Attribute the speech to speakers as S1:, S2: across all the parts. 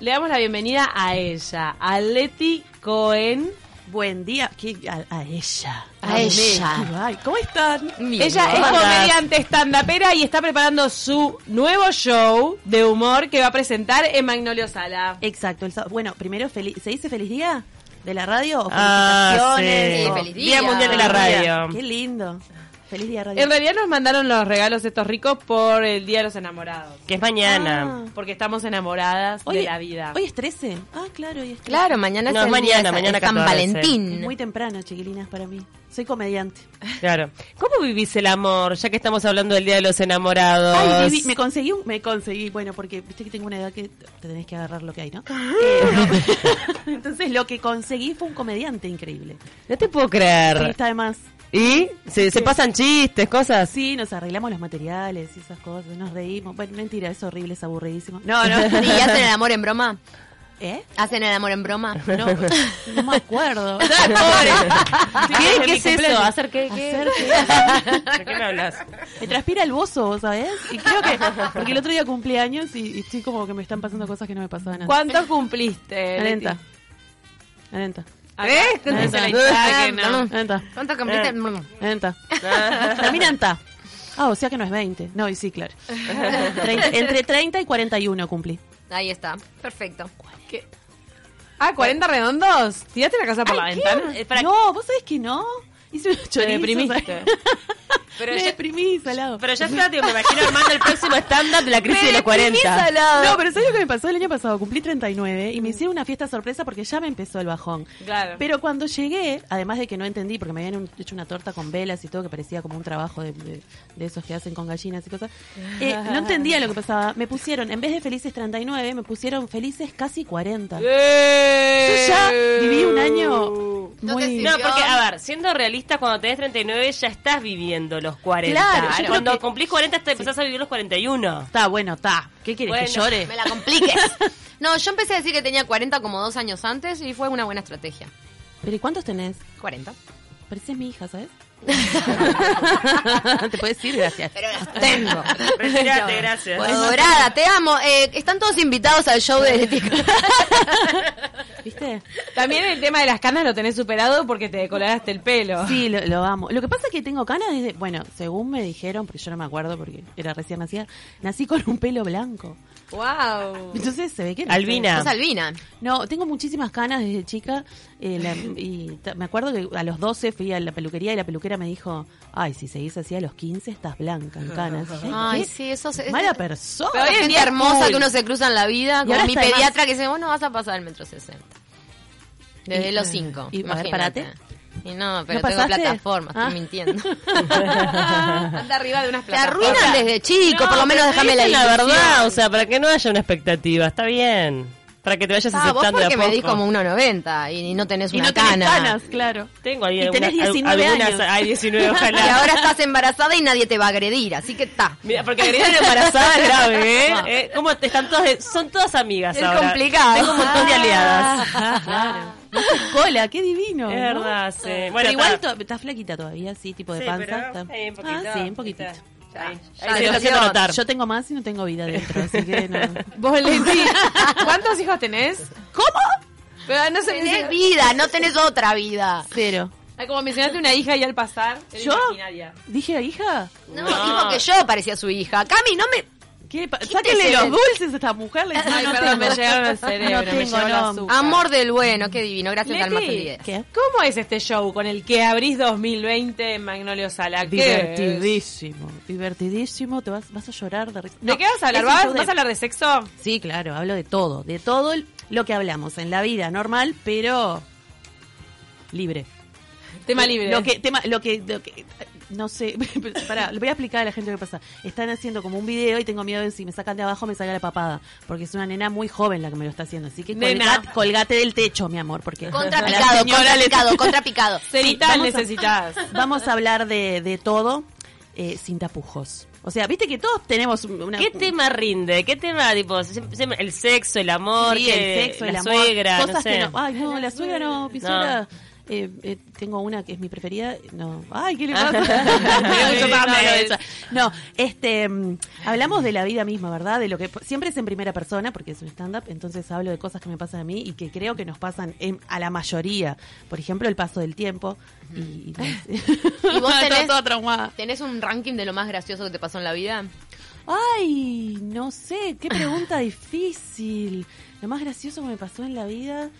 S1: Le damos la bienvenida a ella, a Leti Cohen.
S2: Buen día. ¿Qué? A, a ella.
S1: A ella.
S2: Ay, ¿Cómo están?
S1: Ella es comediante stand-upera y está preparando su nuevo show de humor que va a presentar en Magnolio Sala.
S2: Exacto. el sábado- bueno, primero, feliz, ¿se dice feliz día de la radio? O
S3: Ah,
S2: felicitaciones,
S3: sí.
S2: o-
S4: feliz
S3: Día
S4: día.
S3: Mundial de la
S2: Feliz día.
S3: Radio.
S2: Qué lindo. Feliz día, radio.
S1: En realidad nos mandaron los regalos estos ricos por el Día de los Enamorados.
S3: Que es mañana.
S1: Porque estamos enamoradas de la vida.
S2: Hoy es 13. Ah, claro, hoy es 13.
S4: Claro, mañana es
S3: No,
S4: el día
S3: mañana,
S4: de
S3: mañana
S4: San
S3: 14.
S4: Valentín.
S2: Muy temprano, chiquilinas, para mí. Soy comediante.
S3: Claro. ¿Cómo vivís el amor? Ya que estamos hablando del Día de los Enamorados.
S2: Ay, viví- me conseguí un- me conseguí, bueno, porque viste que tengo una edad que te tenés que agarrar lo que hay, ¿no? Eh, no. Entonces lo que conseguí fue un comediante increíble.
S3: No te puedo
S2: Sí,
S3: creer.
S2: está de más.
S3: ¿Y? ¿Se, se pasan chistes, cosas?
S2: Sí, nos arreglamos los materiales y esas cosas, nos reímos. Bueno, mentira, es horrible, es aburridísimo. No, no.
S4: Sí, ¿Y hacen el amor en broma?
S2: ¿Eh?
S4: ¿Hacen el amor en broma?
S2: No, no me acuerdo.
S3: ¿Qué, ¿Qué es eso? ¿Hacer qué?
S2: Hacer que-
S3: ¿De qué me hablas?
S2: Me transpira el bozo, ¿vos ¿sabés? Y creo que. Porque el otro día cumplí años y, y estoy como que me están pasando cosas que no me pasaban antes.
S1: ¿Cuánto cumpliste?
S3: Ah,
S1: Eh, Leti?
S2: Alenta. Alenta.
S1: ¿Eh? ¿Cuánto
S2: Ahí
S1: se
S2: está.
S1: la
S3: Ah,
S1: hinchada que no?
S2: Alenta.
S4: ¿Cuánto cumpliste?
S3: Eh.
S4: Mm.
S2: Enta. Termina en ta. Ah, o sea que no es 20. No, y sí, claro. Trein- entre 30 y 41 cumplí.
S4: Ahí está, perfecto.
S1: ¿Qué? Ah, 40 redondos. ¿Tiraste la casa por la
S2: Ay, ¿qué?
S1: ventana?
S3: Eh, para-
S2: no, vos sabés que no. Hice un chorizo.
S1: deprimiste.
S3: Pero
S2: Pero me
S3: ya-
S2: deprimí, salado.
S3: Pero ya está, digo, me imagino armando el próximo stand-up de la crisis
S4: Me
S3: de los
S4: deprimí,
S3: 40.
S4: Salado.
S2: No, pero ¿sabes lo que me pasó el año pasado? Cumplí 39 y me hicieron una fiesta sorpresa porque ya me empezó el bajón.
S1: Claro.
S2: Pero cuando llegué, además de que no entendí, porque me habían un- hecho una torta con velas y todo, que parecía como un trabajo de, de- de esos que hacen con gallinas y cosas, eh, no entendía lo que pasaba. Me pusieron, en vez de felices 39, me pusieron felices casi 40. Yo ya viví un año
S4: ¡Eh!
S1: Eh.
S4: No
S2: muy...
S4: te sirvió.
S3: No, porque, a ver, siendo realista, cuando tenés 39 ya estás viviendo los 40.
S2: Claro, yo creo
S3: cuando
S2: que-
S3: cumplís 40 te empezás a vivir los 41.
S2: Está, bueno, está. ¿Qué quieres
S3: Bueno.
S2: que llore?
S4: Me la compliques. No, yo empecé a decir que tenía 40 como dos años antes y fue una buena estrategia.
S2: Pero ¿y cuántos tenés?
S4: 40.
S2: Pareces mi hija, ¿sabes? te puedes ir, gracias.
S4: Pero las tengo.
S3: Retirate, gracias.
S4: Dorada, te amo. Eh, están todos invitados al show de Leti.
S2: ¿Viste?
S1: También el tema de las canas lo tenés superado porque te decoloraste el pelo.
S2: Sí, lo, lo amo. Lo que pasa es que tengo canas desde, bueno, según me dijeron, porque yo no me acuerdo porque era recién nacida, nací con un pelo blanco.
S1: Wow.
S2: Entonces se ve que... no sé.
S3: Albina.
S4: Es Albina.
S2: No, tengo muchísimas canas desde chica. eh, la- y ta- me acuerdo que a los 12 fui a la peluquería y la peluquera me dijo, ay, si seguís así a los 15 estás blanca en canas. Y yo,
S4: Ay,
S2: "¿Qué
S4: sí, eso es.
S2: Mala
S4: pero.
S2: persona.
S4: Pero hoy en día hermosa que uno se cruza en la vida.
S2: ahora
S4: Como mi
S2: está de más.
S4: pediatra que dice, vos no vas a pasar el metro 60. Desde
S2: Y-
S4: los 5.
S2: y, a ver, parate.
S4: Y no, pero
S2: ¿No
S4: tengo
S2: pasaste?
S4: plataforma, estoy
S2: Ah.
S4: mintiendo.
S1: Anda arriba de unas
S4: Te arruinan desde chico,
S3: No,
S4: por lo
S2: Ah,
S4: menos
S3: pero
S4: déjame la
S3: dicen
S4: ilusión.
S3: verdad, o sea, para que no haya una expectativa, está bien. Para que te vayas
S4: Ah, vos
S3: aceptando de a
S4: porque me di
S3: poco.
S4: como 1,90 y no tenés
S2: Y
S4: una
S2: no tenés
S4: cana.
S2: canas, claro.
S3: Tengo ahí
S2: Y tenés
S3: alguna-
S2: 19
S3: algunas,
S2: años.
S3: Hay 19,
S4: Y
S3: ojalá.
S4: ahora estás embarazada y nadie te va a agredir, así que está.
S3: Mira, porque agregar embarazada es grave, ¿eh?
S2: Ah.
S3: ¿Eh? ¿Cómo te están todas de- son todas amigas
S4: Es
S3: ahora.
S4: complicado.
S3: Tengo un montón de aliadas.
S2: Claro. No te cola, qué divino.
S3: Es
S2: ¿no?
S3: verdad, sí. Bueno,
S2: Ah. pero igual
S3: está.
S2: to- estás flaquita todavía, sí, tipo de
S3: Sí,
S2: panza.
S3: pero,
S2: está-
S3: eh, un poquito,
S2: ah, sí, un poquitito.
S3: está.
S4: Ya,
S3: Ahí, ahí se
S4: ya,
S3: está haciendo
S4: Dios.
S3: notar.
S2: Yo tengo más y no tengo vida dentro, así que no.
S1: Vos, Leti, ¿cuántos hijos tenés?
S2: ¿Cómo?
S1: Pero no sé,
S4: Tenés vida, no tenés otra vida.
S2: Cero.
S1: Ah, como mencionaste una hija y al pasar, era
S2: ¿Yo?
S1: imaginaria.
S2: Dije, hija,
S4: No,
S3: No.
S4: dijo que yo parecía su hija. Cami, no me...
S2: ¿qué pa-
S4: Quítese
S2: sáquenle los
S4: del-
S2: dulces a esta mujer. Le dicen,
S1: Ay,
S2: no, no
S1: perdón,
S2: tengo.
S1: me llegaron al cerebro,
S2: No
S1: me
S2: tengo,
S1: llegó el
S2: no.
S1: azúcar.
S4: Amor del bueno, qué divino. Gracias, Alma
S1: Leti,
S4: Feliz.
S2: ¿Qué?
S1: ¿cómo es este show con el que abrís 2020 en Magnolio Sala? ¿Qué es?
S2: Divertidísimo, divertidísimo. Te vas, vas a llorar de risa.
S1: ¿De
S2: No,
S1: qué vas a hablar?
S2: es un
S1: ¿Vas,
S2: show de-
S1: vas a hablar de sexo?
S2: Sí, claro, hablo de todo, de todo el- lo que hablamos en la vida normal, pero libre.
S1: Tema libre.
S2: Eh, Lo que, tema, lo que, lo que- no sé, pará, le voy a explicar a la gente lo que pasa. Están haciendo como un video y tengo miedo de si me sacan de abajo me saca la papada, porque es una nena muy joven la que me lo está haciendo, así que
S1: Nena.
S2: colgate, colgate del techo, mi amor, porque a la
S4: Contrapicado,
S2: señora le-
S4: contrapicado, contrapicado.
S1: Cerital
S2: vamos a-
S1: necesitas.
S2: Vamos a hablar de, de todo eh, sin tapujos. O sea, viste que todos tenemos una
S3: ¿Qué tema rinde? ¿Qué tema, tipo, siempre- siempre- el sexo, el amor,
S2: Sí,
S3: que-
S2: el sexo,
S3: la
S2: el amor,
S3: suegra,
S2: cosas
S3: no sé?
S2: que no, ay no, la suegra no, mi
S3: No.
S2: suegra eh, eh, tengo una que es mi preferida. No, ay, ¿qué le
S3: Ah.
S2: pasa?
S3: Sí,
S2: Yo también,
S3: no, no,
S2: esa. no, este, mm, hablamos de la vida misma, ¿verdad? De lo que siempre es en primera persona porque es un stand-up, entonces hablo de cosas que me pasan a mí y que creo que nos pasan en- a la mayoría. Por ejemplo, el paso del tiempo. Y, y-
S4: ¿Y vos
S2: Estaba
S4: tenés-
S2: toda traumada.
S4: ¿Tenés un ranking de lo más gracioso que te pasó en la vida?
S2: Ay, no sé, qué pregunta difícil. Lo más gracioso que me pasó en la vida.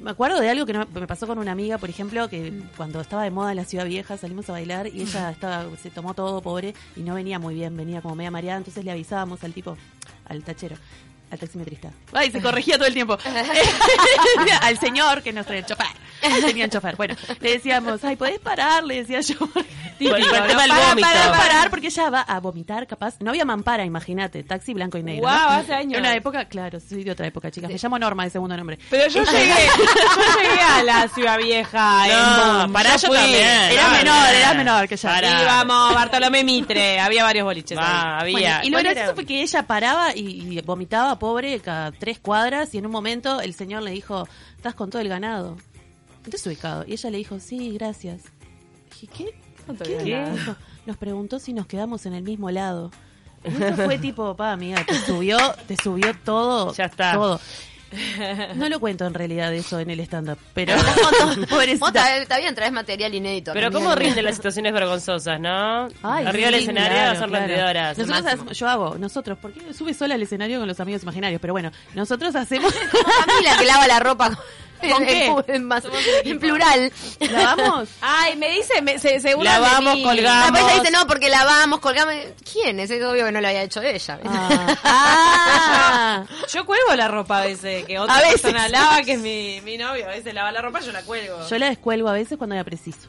S2: Me acuerdo de algo que no- me pasó con una amiga, por ejemplo, que cuando estaba de moda en la ciudad vieja salimos a bailar y ella estaba, se tomó todo pobre y no venía muy bien, venía como media mareada, entonces le avisábamos al tipo, al tachero, al taximetrista. Ay, se corregía todo el tiempo. al señor que nos trae el chofer. Tenía el chofer. Bueno, le decíamos, ay, ¿podés parar? Le decía yo. Típico,
S3: el tema del
S2: Para,
S3: vómito.
S2: para, parar, porque ella va a vomitar, capaz. No había mampara, imagínate. Taxi blanco y negro.
S1: Guau,
S2: ¿no?
S1: hace años. Eh,
S2: En una época, claro, soy de otra época, chicas. Me llamo Norma de segundo nombre.
S1: Pero yo llegué, yo llegué a la ciudad vieja. en
S3: No,
S1: boom.
S3: pará, yo
S1: fui.
S3: también.
S2: Era
S3: Ah,
S2: menor,
S3: bien.
S2: era menor que yo.
S3: Pará.
S1: Íbamos, Bartolomé Mitre, había varios boliches.
S3: Va,
S1: ahí.
S3: había.
S2: Bueno, y lo
S3: ¿Cuál
S2: gracioso
S3: era?
S2: fue que ella paraba y, y vomitaba, pobre, cada tres cuadras. Y en un momento el señor le dijo, estás con todo el ganado. Estás ubicado. Y ella le dijo, sí, gracias. Dije, ¿qué? ¿Qué? Dijo, Nos preguntó si nos quedamos en el mismo lado. Y esto fue tipo, pa, amiga, te subió, te subió todo.
S3: Ya está.
S2: Todo. No lo cuento en realidad eso en el stand-up, pero pobrecita.
S4: Vos está, eh, está bien, traes material inédito.
S3: Pero
S4: Acá.
S3: cómo rinde las situaciones vergonzosas, ¿no?
S2: Ay,
S3: Arriba
S2: sí,
S3: del escenario
S2: claro,
S3: son
S2: claro.
S3: rendidoras.
S2: Nosotros
S4: máximo.
S2: hacemos- yo hago, nosotros, porque sube sola al escenario con los amigos imaginarios, pero bueno, nosotros hacemos
S4: Camila que lava la ropa con-
S2: ¿Con qué?
S4: en- En, más- en plural.
S2: lavamos.
S1: Ay, me dice, me, se, seguro
S3: Lavamos,
S1: de mí. Ah, pues
S3: colgamos.
S4: La pareja dice, no, porque lavamos, colgamos. ¿Quién? Es Es obvio que no lo había hecho ella.
S2: Ah,
S4: Ah.
S1: Yo cuelgo la ropa a veces, que otra
S4: A veces.
S1: persona lava, que es mi, mi novio. A veces lava la ropa, yo la cuelgo.
S2: Yo la descuelgo a veces cuando la preciso.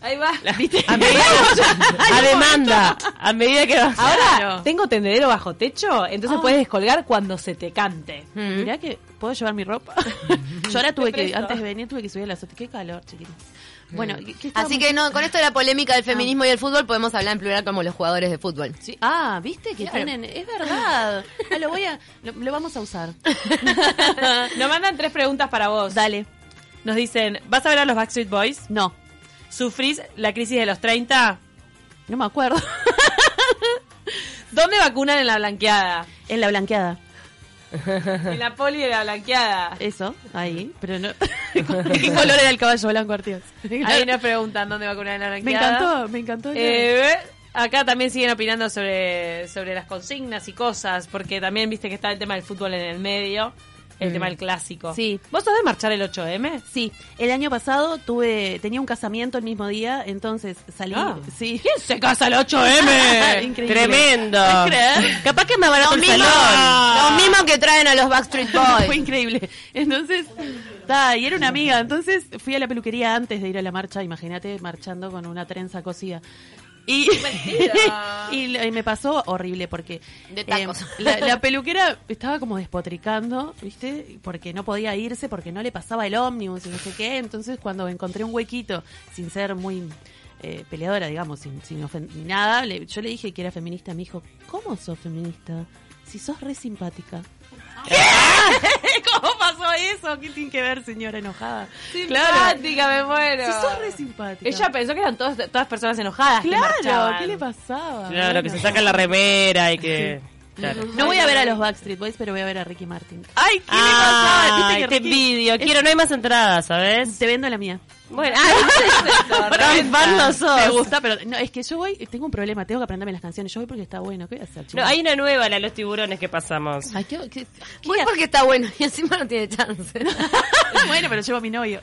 S1: Ahí va.
S3: A, medida, a demanda. A medida que
S2: Ah,
S3: vas.
S1: Ahora
S2: Claro.
S1: tengo tendedero bajo techo, entonces
S2: Ah.
S1: puedes descolgar cuando se te cante.
S4: Mm.
S2: Mirá que puedo llevar mi ropa. Yo ahora tuve que,
S1: presto.
S2: antes de venir, tuve que subir a la azote. Qué calor, chiquitines. Bueno, ¿qué, qué estábamos-
S4: Así que no, con esto de la polémica del feminismo y el fútbol podemos hablar en plural como los jugadores de fútbol.
S2: Sí. Ah, viste que
S4: Claro.
S2: tienen. Es verdad. Ah, lo voy a. Lo, lo vamos a usar.
S1: Nos mandan tres preguntas para vos.
S2: Dale.
S3: Nos dicen, ¿vas a ver a los Backstreet Boys?
S2: No.
S3: ¿Sufrís la crisis de los 30?
S2: No me acuerdo.
S1: ¿Dónde vacunan en la blanqueada?
S2: En la blanqueada.
S1: En la poli de la blanqueada.
S2: Eso, ahí. Pero no. ¿De qué color era el caballo blanco, Artigas?
S1: Ahí nos preguntan dónde vacunan en la
S2: Me
S1: blanqueada.
S2: encantó, me encantó.
S1: Eh, acá también siguen opinando sobre, sobre las consignas y cosas, porque también viste que está el tema del fútbol en el medio, el tema del clásico.
S2: Mm. Sí.
S1: ¿Vos sos de marchar el 8M?
S2: Sí, el año pasado tuve tenía un casamiento el mismo día, entonces salí.
S1: Ah.
S2: Sí.
S1: ¿Quién se casa el 8M?
S2: Increíble.
S3: Tremendo. Capaz que me van
S4: Lo
S3: a
S4: mismo, lo mismo que traen a los Backstreet
S2: Fue
S4: Boys.
S2: increíble. Entonces, ta, y era una amiga. Entonces fui a la peluquería antes de ir a la marcha. Imagínate marchando con una trenza cosida. Y, y, lo- y me pasó horrible porque
S4: De tacos.
S2: Eh, Em, la, la peluquera estaba como despotricando, ¿viste? Porque no podía irse, porque no le pasaba el ómnibus y no sé qué. Entonces, cuando encontré un huequito, sin ser muy eh, peleadora, digamos, sin, sin ofen- ni nada, le- yo le dije que era feminista. Me dijo, ¿cómo sos feminista? Si sos re simpática. ¿Cómo pasó eso? ¿Qué tiene que ver, señora enojada?
S1: Simpática, me muero.
S2: Si sos re simpática. Ah,
S1: Ella pensó que eran todas, todas personas enojadas. que
S2: Claro,
S1: marchaban.
S2: ¿qué le pasaba?
S3: Claro, que
S2: Bueno.
S3: se sacan la remera y que. Claro.
S2: No voy a ver a los Backstreet Boys, pero voy a ver a Ricky Martin.
S3: ¡Ay, qué
S2: Viste que
S3: ¡Qué
S2: Ricky-
S3: Ah, envidio! Quiero, no hay más entradas, ¿sabes?
S2: Te vendo la mía.
S3: Bueno,
S2: ah,
S3: ay, tan fan no sos.
S2: Me gusta, pero no, es que yo voy, tengo un problema, tengo que aprenderme las canciones. Yo voy porque está bueno, ¿qué voy a hacer?
S3: No,
S2: chicos?
S3: hay una nueva, la de los tiburones que pasamos.
S2: Ay, qué- qué-
S4: Voy
S2: qué-
S4: porque está bueno y encima no tiene chance.
S2: bueno, pero llevo a mi novio.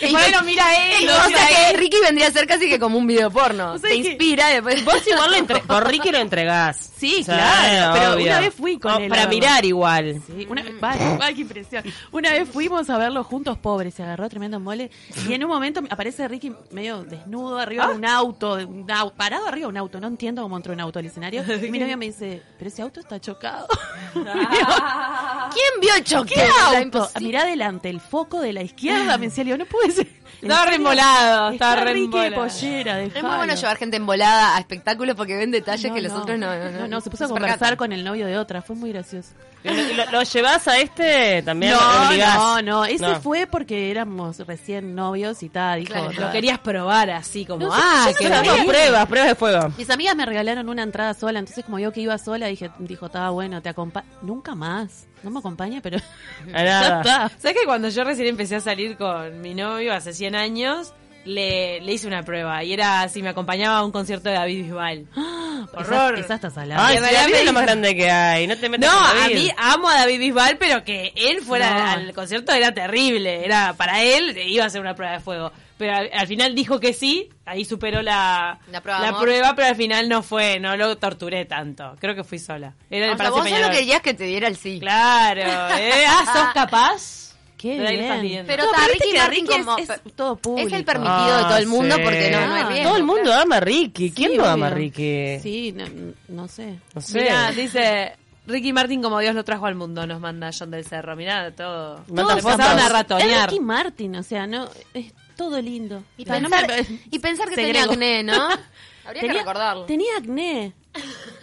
S4: Y
S1: Y bueno, mira
S2: eh,
S1: él.
S4: o sea que Ricky vendría a ser casi que como un video porno.
S2: sea
S4: Te
S2: que-
S4: inspira y después.
S3: Vos igual lo entre... por Ricky lo entregás.
S2: Sí, claro, pero una vez fui con él,
S3: Para
S2: además.
S3: mirar igual.
S2: Sí, una, vale, vale, qué impresión. Una vez fuimos a verlo juntos, pobres, se agarró tremendo mole. Y en un momento aparece Ricky medio desnudo arriba de un auto, de un au- parado arriba de un auto. No entiendo cómo entró un auto al escenario. Y mi novio me dice, pero ese auto está chocado.
S4: ¿Quién vio el choque?
S2: ¿Qué
S4: O sea,
S2: auto?
S4: imposible.
S2: Mirá adelante, el foco de la izquierda. Me decía Leo, no puede ser.
S1: Estaba
S2: ¿En serio?
S1: remolado, estaba
S2: Está Ricky de
S1: remolado.
S2: pollera,
S4: Es muy bueno
S2: dejalo.
S4: llevar gente embolada a espectáculos porque ven detalles que los otros no.
S2: No, no, se puso a
S4: percatan.
S2: conversar con el novio de otra. Fue muy gracioso.
S3: ¿Lo, lo- lo llevas a este también? lo
S2: No,
S3: obligás?
S2: no, no. Ese
S3: No.
S2: fue porque éramos recién novios y tal. Dijo,
S4: Claro,
S2: ta.
S5: Lo querías probar así, como,
S2: No, yo-
S5: ah,
S2: yo no
S5: qué
S2: sabía.
S5: rico.
S3: Hagamos pruebas, pruebas de fuego.
S2: Mis amigas me regalaron una entrada sola, entonces como yo que iba sola, dije, dijo, estaba bueno, te acompaña. Nunca más. No me acompaña, pero ya
S3: A nada.
S2: está.
S1: ¿Sabes que cuando yo recién empecé a salir con mi novio hace 100 años, le, le hice una prueba y era si me acompañaba a un concierto de David Bisbal. Horror.
S2: Esa, esa está salada.
S3: Ay,
S1: En
S3: si
S1: realidad
S3: la vida
S1: me
S3: es lo
S1: dijo-
S3: más grande que hay. No te metas
S1: No,
S3: con
S1: a
S3: David.
S1: mí amo a David Bisbal, pero que él fuera
S2: No.
S1: al concierto era terrible. Era para él iba a ser una prueba de fuego. Pero al, al final dijo que sí, ahí superó la,
S4: La prueba de amor.
S1: prueba, pero al final no fue, no lo torturé tanto. Creo que fui sola. Era el
S4: O sea,
S1: Palacio
S4: vos solo
S1: Peñarol.
S4: querías que te diera el sí.
S1: Claro, ¿eh? Ah, sos capaz.
S2: Qué
S1: Pero ahí lo estás
S2: bien.
S1: viendo.
S4: Pero,
S2: No,
S4: ta,
S2: pero viste
S4: Ricky
S2: que
S4: Martin
S2: Ricky es-
S4: como-
S2: es todo
S4: Es el
S2: público.
S4: permitido de todo el mundo
S3: sí.
S4: porque no, no hay
S2: Ah,
S4: riesgo,
S3: Todo el mundo
S4: claro.
S3: ama a Ricky. ¿Quién
S2: Sí,
S3: no ama a
S2: obvio.
S3: Ricky?
S2: Sí, no, no sé.
S3: No sé.
S1: Mirá, dice Ricky Martin como Dios lo trajo al mundo, nos manda John del Cerro. Mirá, todo.
S3: Manda
S1: todo
S3: fotos.
S1: empezaron a
S2: Es
S1: ratonear.
S2: Ricky Martin, o sea, no es todo lindo.
S4: Y
S2: O sea, no
S4: pensar,
S2: me-
S4: y pensar que
S2: Segrego.
S4: tenía acné, ¿no? Habría que recordarlo.
S2: tenía acné.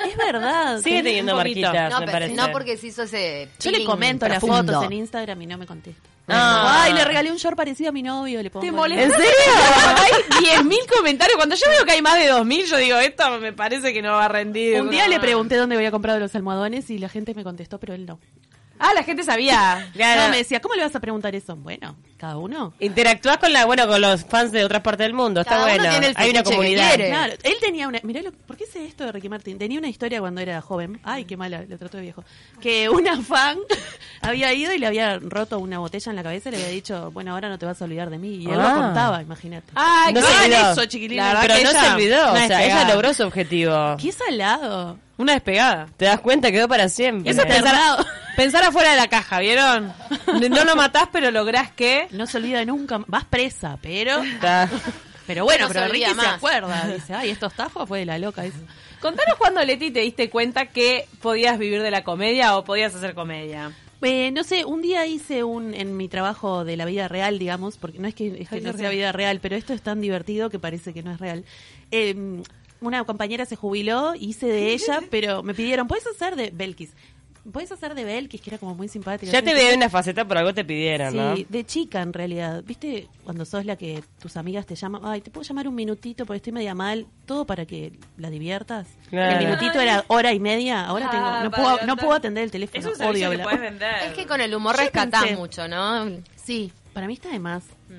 S2: Es verdad.
S3: Sigue
S2: tenía-
S3: teniendo
S1: un poquito.
S3: marquitas,
S4: no,
S3: me
S4: pero-
S3: parece.
S4: no, porque se hizo ese.
S2: Yo le
S4: peeling
S2: comento las
S4: profundo.
S2: fotos en Instagram y no me contesta.
S3: Ah.
S2: Ay, le regalé un short parecido a mi novio, le pongo.
S1: Te
S2: el-
S1: molesta.
S3: ¿En serio?
S1: Hay 10.000 comentarios. Cuando yo veo que hay más de 2.000, yo digo, esto me parece que no va a rendir.
S2: Un día le pregunté dónde había comprado los almohadones y la gente me contestó, pero él no.
S1: Ah, la gente sabía.
S3: Claro.
S2: No, me decía, ¿cómo le vas a preguntar eso? Bueno, cada uno.
S3: Interactúas con la, bueno, con los fans de otras partes del mundo. Está
S4: Cada uno
S3: bueno.
S4: tiene el
S3: Hay una
S4: fetiche que
S3: comunidad.
S4: quiere.
S2: Claro, él tenía una. Mirá, lo, ¿por qué sé esto de Ricky Martin? Tenía una historia cuando era joven. Ay, qué mala, lo trato de viejo. Que una fan había ido y le había roto una botella en la cabeza y le había dicho, bueno, ahora no te vas a olvidar de mí. Y él
S3: Ah.
S2: lo contaba, imagínate.
S4: Ah.
S1: Ay,
S3: No
S1: Ah, qué
S3: se
S1: mal
S3: olvidó.
S1: eso, chiquilina.
S3: La verdad
S1: Pero
S3: que
S1: no
S3: no se olvidó.
S1: Una
S3: o sea,
S1: despegada.
S3: ella logró su objetivo.
S2: ¡Qué salado!
S1: Una despegada.
S3: Te das cuenta, quedó para siempre.
S1: Eso es pensar,
S2: Enterrado.
S1: pensar afuera de la caja, ¿vieron? No lo matás, pero lográs que...
S2: No se olvida nunca. Vas presa, pero.
S3: Está.
S2: Pero bueno,
S4: No se
S2: pero Ricky
S4: olvida
S2: se
S4: más.
S2: acuerda. Dice, ay, esto estafa fue de la loca. Eso.
S1: Contanos cuando, Leti, te diste cuenta que podías vivir de la comedia o podías hacer comedia.
S2: Eh, no sé, un día hice un en mi trabajo de la vida real, digamos, porque no es que, es que no sea vida real, pero esto es tan divertido que parece que no es real. Eh, una compañera se jubiló, hice de ella, pero me pidieron, ¿puedes hacer de Belkis? ¿Puedes hacer de Belkis? Que era como muy simpática.
S3: Ya
S2: así,
S3: te
S2: entonces-
S3: veía una faceta, por algo te pidieron, ¿no?
S2: Sí, de chica en realidad. ¿Viste cuando sos la que tus amigas te llaman? Ay, te puedo llamar un minutito porque estoy media mal. Todo para que la diviertas.
S3: Claro.
S2: El minutito era hora y media. Ahora
S1: Ah,
S2: tengo no
S1: para
S2: puedo, no
S1: levantar.
S2: puedo atender el teléfono.
S1: Es un
S2: Odio
S1: servicio que
S2: hablar.
S1: podés vender.
S4: Es que con el humor
S2: Yo
S4: rescatás
S2: pensé.
S4: mucho, ¿no?
S2: Sí, para mí está de más.
S1: Mm.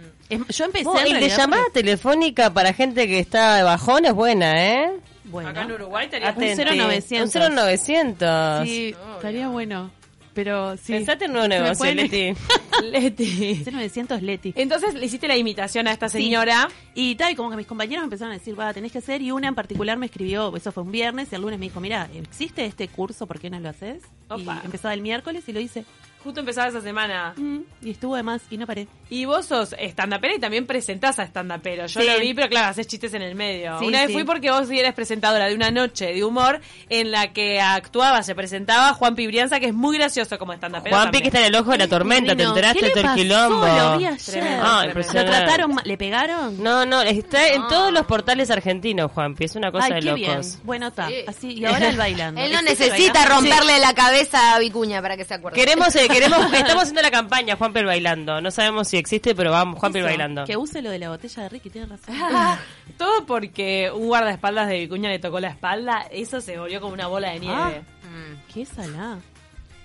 S2: Es- yo empecé
S3: Vos,
S2: en
S3: y la
S2: realidad
S3: llamada
S2: porque-
S3: telefónica para gente que está de bajón es buena, ¿eh?
S1: Acá en
S2: Bueno,
S1: Uruguay estaría
S2: Atento.
S1: muy-
S2: Un 0900.
S3: Un 0900.
S2: sí, estaría bueno. Pero sí.
S3: Pensate en un nuevo
S2: Se me
S3: negocio,
S2: pueden-
S3: Leti.
S1: Leti.
S2: 0900 Leti.
S3: Eh,
S1: Entonces le hiciste la imitación a esta señora.
S2: Y tal, y como que mis compañeros me empezaron a decir, va, tenés que hacer. Y una en particular me escribió, eso fue un viernes, y el lunes me dijo, mira, existe este curso, ¿por qué no lo haces?
S1: Opa.
S2: Y empezaba el miércoles y lo hice.
S1: Justo empezaba esa semana.
S2: Mm, y estuvo de más, y no paré.
S1: Y vos sos estandapera y también presentás a estandapero. Yo
S2: Sí.
S1: lo vi, pero claro, haces chistes en el medio.
S2: Sí,
S1: una vez
S2: sí.
S1: fui porque vos sí eras presentadora de una noche de humor en la que actuaba, se presentaba Juan Pibrianza, que es muy gracioso como estandapero.
S3: Juanpi, que
S1: también.
S3: está en el ojo de la tormenta, ¿te
S2: Divino.
S3: enteraste
S2: ¿Qué
S3: de
S2: le
S3: todo el
S2: pasó?
S3: quilombo?
S2: Lo vi
S1: Tremendo,
S2: ayer.
S3: Ah,
S1: tremendo.
S2: ¿Lo
S3: impresionante.
S2: trataron ma- ¿Le pegaron?
S3: No, no, está en
S4: No.
S3: todos los portales argentinos, Juanpi. Es una cosa
S2: Ay,
S3: de
S2: qué
S3: locos.
S2: bien. Bueno, está.
S1: Eh,
S4: Sí.
S2: Así, y ahora el bailando.
S4: Él no
S2: ¿Existe el
S4: necesita
S2: bailando?
S4: romperle la cabeza a Vicuña para que se acuerde.
S3: Queremos, eh, queremos, estamos haciendo la campaña Juan Pel Bailando. No sabemos si existe, pero vamos, Juan Pel
S2: Eso,
S3: Bailando.
S2: Que use lo de la botella de Ricky, tiene razón.
S1: Todo porque un guardaespaldas de Vicuña le tocó la espalda, eso se volvió como una bola de
S2: Ah.
S1: nieve.
S4: Mm.
S2: Qué salá.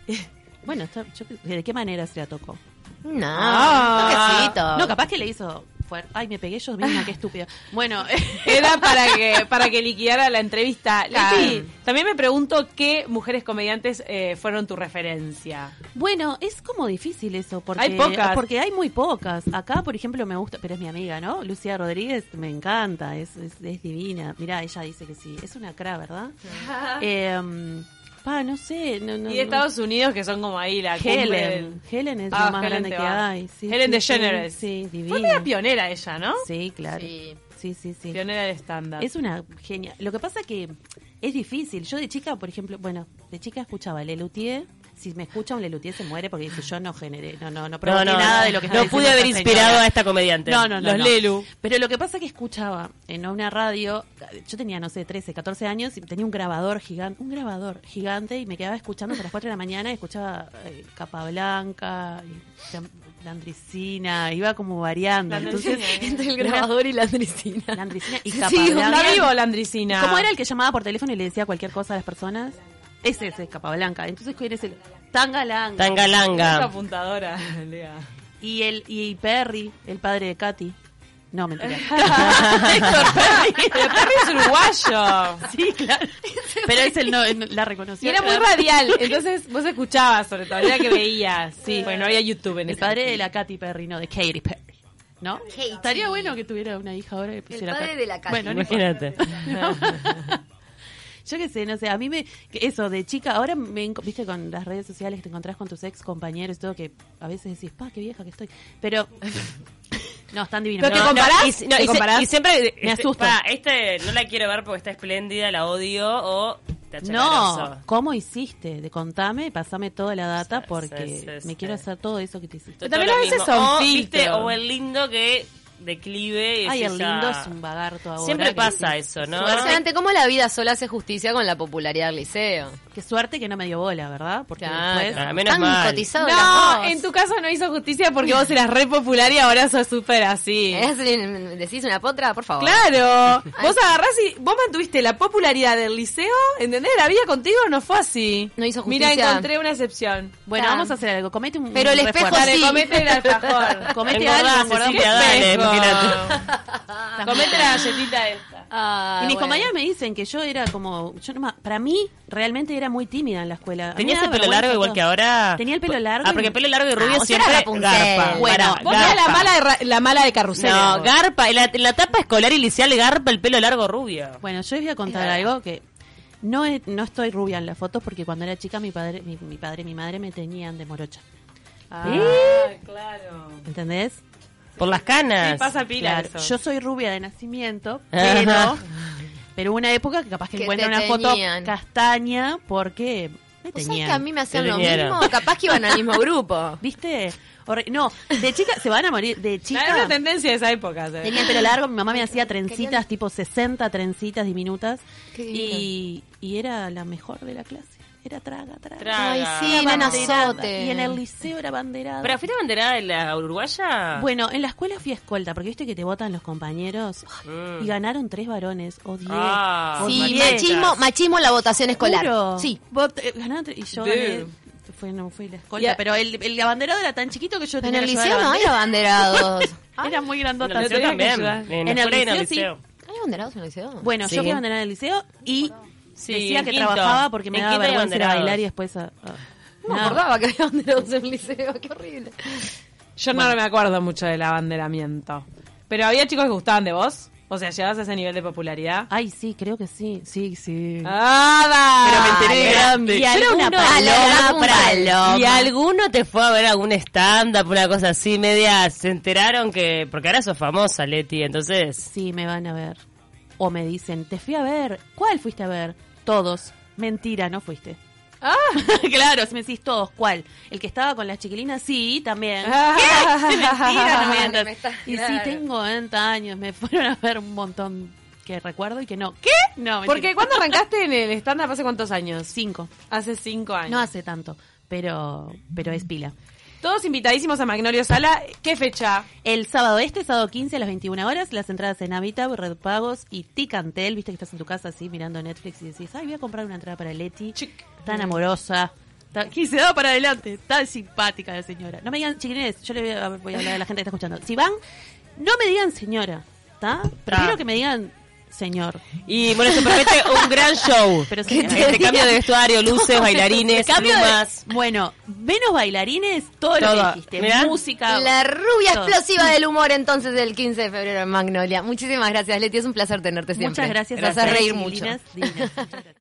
S2: Bueno, está- yo- ¿de qué manera se la tocó?
S4: No,
S1: Ah.
S4: un toquecito.
S2: No, capaz que le hizo fuerte. Ay, me pegué yo misma, qué estúpida. Bueno,
S1: Era para que, para que liquidara la entrevista.
S4: Claro.
S1: Leti, también me pregunto qué mujeres comediantes eh, fueron tu referencia.
S2: bueno, es como difícil eso. Porque,
S1: Hay pocas.
S2: Porque hay muy pocas. Acá, por ejemplo, me gusta, pero es mi amiga, ¿no? Lucía Rodríguez, me encanta, es, es, es divina. Mirá, ella dice que sí. Es una cra, ¿verdad? Eh, pa, no sé. No,
S1: Y
S2: no, no.
S1: de Estados Unidos, que son como ahí la cumbre del-
S2: Helen. Helen es
S1: Ah,
S2: lo más
S1: Helen
S2: grande
S1: te
S2: que
S1: va.
S2: hay. Sí,
S1: Helen
S2: sí,
S1: DeGeneres.
S2: Sí, sí,
S1: Fue
S2: divina.
S1: una pionera ella, ¿no?
S2: Sí, claro.
S4: Sí.
S2: Sí, sí, sí.
S1: Pionera del estándar.
S2: Es una genia. Lo que pasa que es difícil. Yo de chica, por ejemplo, bueno, de chica escuchaba Lelutier si me escucha un Lelutier se muere porque dice, yo no generé, no, no, no
S3: No,
S2: provoqué
S3: no,
S2: nada de lo que está
S3: no
S2: diciendo
S3: pude haber
S2: esta
S3: inspirado
S2: señora".
S3: a esta comediante.
S2: No, no, no.
S1: Los
S2: no.
S1: Lelu.
S2: Pero lo que pasa es que escuchaba en una radio, yo tenía, no sé, 13, 14 años y tenía un grabador gigante, un grabador gigante y me quedaba escuchando hasta las 4 de la mañana y escuchaba eh, Capablanca, y Cam- Landricina, iba como variando. Entonces,
S1: ¿eh?
S4: Entre el grabador y la andricina.
S2: Landricina y
S4: Sí,
S2: Capablanca.
S1: Está vivo la Andricina.
S2: ¿Cómo era el que llamaba por teléfono y le decía cualquier cosa a las personas? Es ese, Capablanca. Entonces, ¿quién es el? Tangalanga.
S1: Esa
S3: Tangalanga.
S1: apuntadora, Lea.
S2: Y el y Perry, el padre de Katy. No, mentira.
S1: Pero Perry es uruguayo.
S2: sí, claro. Pero es el no, el- la reconoció.
S1: Y era muy
S2: Claro.
S1: radial, entonces vos escuchabas sobre todo, era que veías. Sí, porque no había YouTube en
S2: El
S1: ese
S2: padre de la Katy Perry, no de Katy Perry. ¿No?
S4: Katy.
S2: Estaría bueno que tuviera una hija ahora que pusiera
S4: padre
S2: Perry.
S4: de la Katy.
S2: Bueno, no importa.
S3: Imagínate.
S2: Yo qué sé, no sé, a mí me. que Eso, de chica, ahora me. enco- Viste con las redes sociales que te encontrás con tus ex compañeros y todo, que a veces decís, pa, qué vieja que estoy. Pero. No, están divinos.
S1: Pero te
S2: No, no,
S1: comparás,
S3: y si- no,
S1: te
S3: y, se-
S1: comparás.
S3: y siempre
S2: Me
S3: este,
S2: asusta.
S3: pará, este no la quiero ver porque está espléndida, la odio o te
S2: No, ¿cómo hiciste? De contame, pasame toda la data
S3: Sí,
S2: porque
S3: sí, sí,
S2: me
S3: sí.
S2: quiero hacer todo eso que te hiciste.
S1: Pero también a veces son
S3: o, viste,
S1: filtros.
S3: o el lindo que declive y
S2: Ay,
S3: decís,
S2: el lindo
S3: "Ah".
S2: es un vagarto ahora.
S3: Siempre
S2: que
S3: pasa
S2: sí.
S3: eso, ¿no?
S4: Impresionante cómo la vida sola hace justicia con la popularidad del liceo.
S2: Qué suerte que no me dio bola, ¿verdad? Porque
S4: Claro.
S2: después...
S3: Ah, menos
S4: Tan
S3: mal.
S4: cotizado las
S1: No,
S4: dos.
S1: en tu caso no hizo justicia porque vos eras re popular y ahora sos súper así.
S4: ¿Es- ¿Eh? ¿Decís una potra? Por favor.
S1: Claro, vos agarrás y vos mantuviste la popularidad del liceo, ¿entendés? La vida contigo no fue así.
S4: No hizo
S1: Mira,
S4: justicia.
S1: encontré una excepción.
S2: Bueno,
S4: Está.
S2: vamos a hacer algo. Comete un
S4: Pero el
S2: un
S4: espejo
S2: refuerzo.
S1: Dale,
S4: sí.
S1: comete el alfajor.
S2: Comete
S3: Engordá,
S2: algo, engordá un
S3: Cecilia, dale,
S1: Espejo.
S3: imagínate.
S1: Comete la galletita esta.
S4: Ah,
S2: Y mis
S4: bueno.
S2: compañeros me dicen que yo era como... Yo no ma- para mí, realmente era muy tímida en la escuela. A mí
S3: ¿Tenías
S2: me
S3: el
S2: daba
S3: pelo
S2: vergüenza
S3: largo igual
S2: todo.
S3: que ahora?
S2: Tenía el pelo largo
S3: Ah,
S2: y-
S3: porque pelo largo y
S4: Ah,
S3: rubio
S4: vos eras
S3: siempre
S4: Rapunzel.
S3: garpa.
S4: Bueno,
S3: Pará,
S1: Vos eras la
S3: garpa.
S1: mala de, ra- la mala de carrusel.
S3: Ah, No,
S1: vos.
S3: garpa. En la, en la etapa escolar y liceal garpa el pelo largo rubio.
S2: Bueno, yo les voy a contar algo que no, he- no estoy rubia en las fotos porque cuando era chica mi padre, mi, mi padre y mi madre me tenían de morocha.
S1: Ah, claro.
S2: ¿Entendés?
S3: Por las canas.
S1: Sí, pasa pila
S2: Claro,
S1: eso.
S2: yo soy rubia de nacimiento,
S3: Ajá.
S2: pero pero hubo una época que capaz que,
S4: Que
S2: encuentra
S4: te
S2: una foto
S4: tenían.
S2: castaña porque me
S4: ¿Vos sabés
S2: tenían.
S4: que a mí me hacían
S3: Te
S4: lo
S3: vinieron.
S4: mismo? Capaz que iban al mismo grupo.
S2: ¿Viste? Horri- No, de chica se van a morir, de
S1: Era una
S2: chica.
S1: tendencia de esa época. ¿eh? ¿sabes?
S2: Tenía el pelo largo, mi mamá me hacía trencitas, tipo 60 trencitas diminutas.
S4: Qué
S2: Y, y era la mejor de la clase. Era traga, traga.
S3: Traga.
S4: Ay,
S3: Traga.
S4: sí,
S2: Era
S4: nena
S2: abanderada.
S4: azote.
S2: Y en el liceo era banderada.
S3: ¿Pero fuiste banderada de la uruguaya?
S2: Bueno, en la escuela fui escolta, porque viste que te votan los compañeros. Ay,
S3: Mm.
S2: Y ganaron tres varones, o diez.
S3: Ah.
S2: o
S3: Vos
S4: Sí,
S2: diez.
S4: machismo, machismo en la votación escolar.
S2: Juro.
S4: Sí.
S2: Vot- eh, ganaron tres- y yo
S1: Dude.
S2: gané. Fue, no fui la escolta,
S1: Yeah.
S2: pero el, el abanderado era tan chiquito que yo
S4: En
S2: tenía
S4: el
S2: que llevar
S4: liceo no
S2: la
S4: hay
S2: bandera.
S4: abanderados.
S2: Era muy
S3: En
S2: grandota.
S3: el liceo
S2: tenía que
S3: también.
S2: llevar.
S3: En, la escuela y en el liceo.
S4: ¿Hay abanderados en el liceo?
S2: Bueno,
S3: Sí.
S2: yo fui abanderada en el liceo y
S3: Sí,
S2: decía
S3: en
S2: que
S3: quinto.
S2: trabajaba porque me
S3: En
S2: daba
S3: quinto hay
S2: vergüenza ir a
S3: abanderados.
S2: bailar y después a... a-
S4: no me
S2: nada.
S4: acordaba que había abanderados en el liceo. Qué horrible.
S1: Yo no me acuerdo mucho del abanderamiento. Pero había chicos que gustaban de vos. O sea, llegabas a ese nivel de popularidad.
S2: Ay, sí, creo que sí. Ah. Sí, sí.
S1: ¡Ada!
S3: Pero me enteré
S1: Era-
S3: grande.
S2: Y alguna
S4: uno- Ah,
S2: paloma,
S4: la paloma.
S3: ¿Y alguno te fue a ver algún stand-up, una cosa así, media? Se enteraron que. Porque ahora sos famosa, Leti, entonces.
S2: Sí, me van a ver. O me dicen, te fui a ver. ¿Cuál fuiste a ver? Todos. Mentira, no fuiste.
S1: Ah.
S2: claro, si me decís todos, ¿cuál? El que estaba con las chiquilinas, sí, también.
S1: Ah.
S2: ¿Qué? Mentira, no me
S4: Ah,
S2: mientas.
S4: me está-
S2: Y sí,
S4: claro.
S2: tengo 90 años, me fueron a ver un montón que recuerdo y que no. ¿Qué? No, mentira.
S1: Porque cuando arrancaste en el stand-up hace cuántos años?
S2: Cinco.
S1: Hace cinco años.
S2: No hace tanto, pero, pero es pila.
S1: Todos invitadísimos a Magnolio Sala. ¿Qué fecha?
S2: El sábado este, sábado 15 a las 21 horas, las entradas en Habitat, Red Pagos y Ticantel. Viste que estás en tu casa así mirando Netflix y decís, ay, voy a comprar una entrada para Leti.
S1: Chic.
S2: Tan amorosa. Tan, que se da para adelante. Tan simpática la señora. No me digan, chiquines, yo le voy a, voy a hablar a la gente que está escuchando. Si van, no me digan señora, ¿está? Prefiero
S3: Ta.
S2: que me digan señor.
S3: Y bueno, se promete un gran show.
S2: Pero
S3: este
S2: señora.
S3: cambio de vestuario, luces, bailarines,
S2: Cambio de-
S3: plumas.
S2: Bueno, menos bailarines, todo, lo
S3: Todo.
S2: que dijiste.
S3: Mirá.
S2: Música.
S4: La rubia
S2: Todo.
S4: explosiva del humor entonces del 15 de febrero en Magnolia. Muchísimas gracias, Leti. Es un placer tenerte siempre.
S2: Muchas gracias.
S4: Te hace
S2: ustedes,
S4: reír mucho.
S2: chiquilinas divinas. Muchas gracias.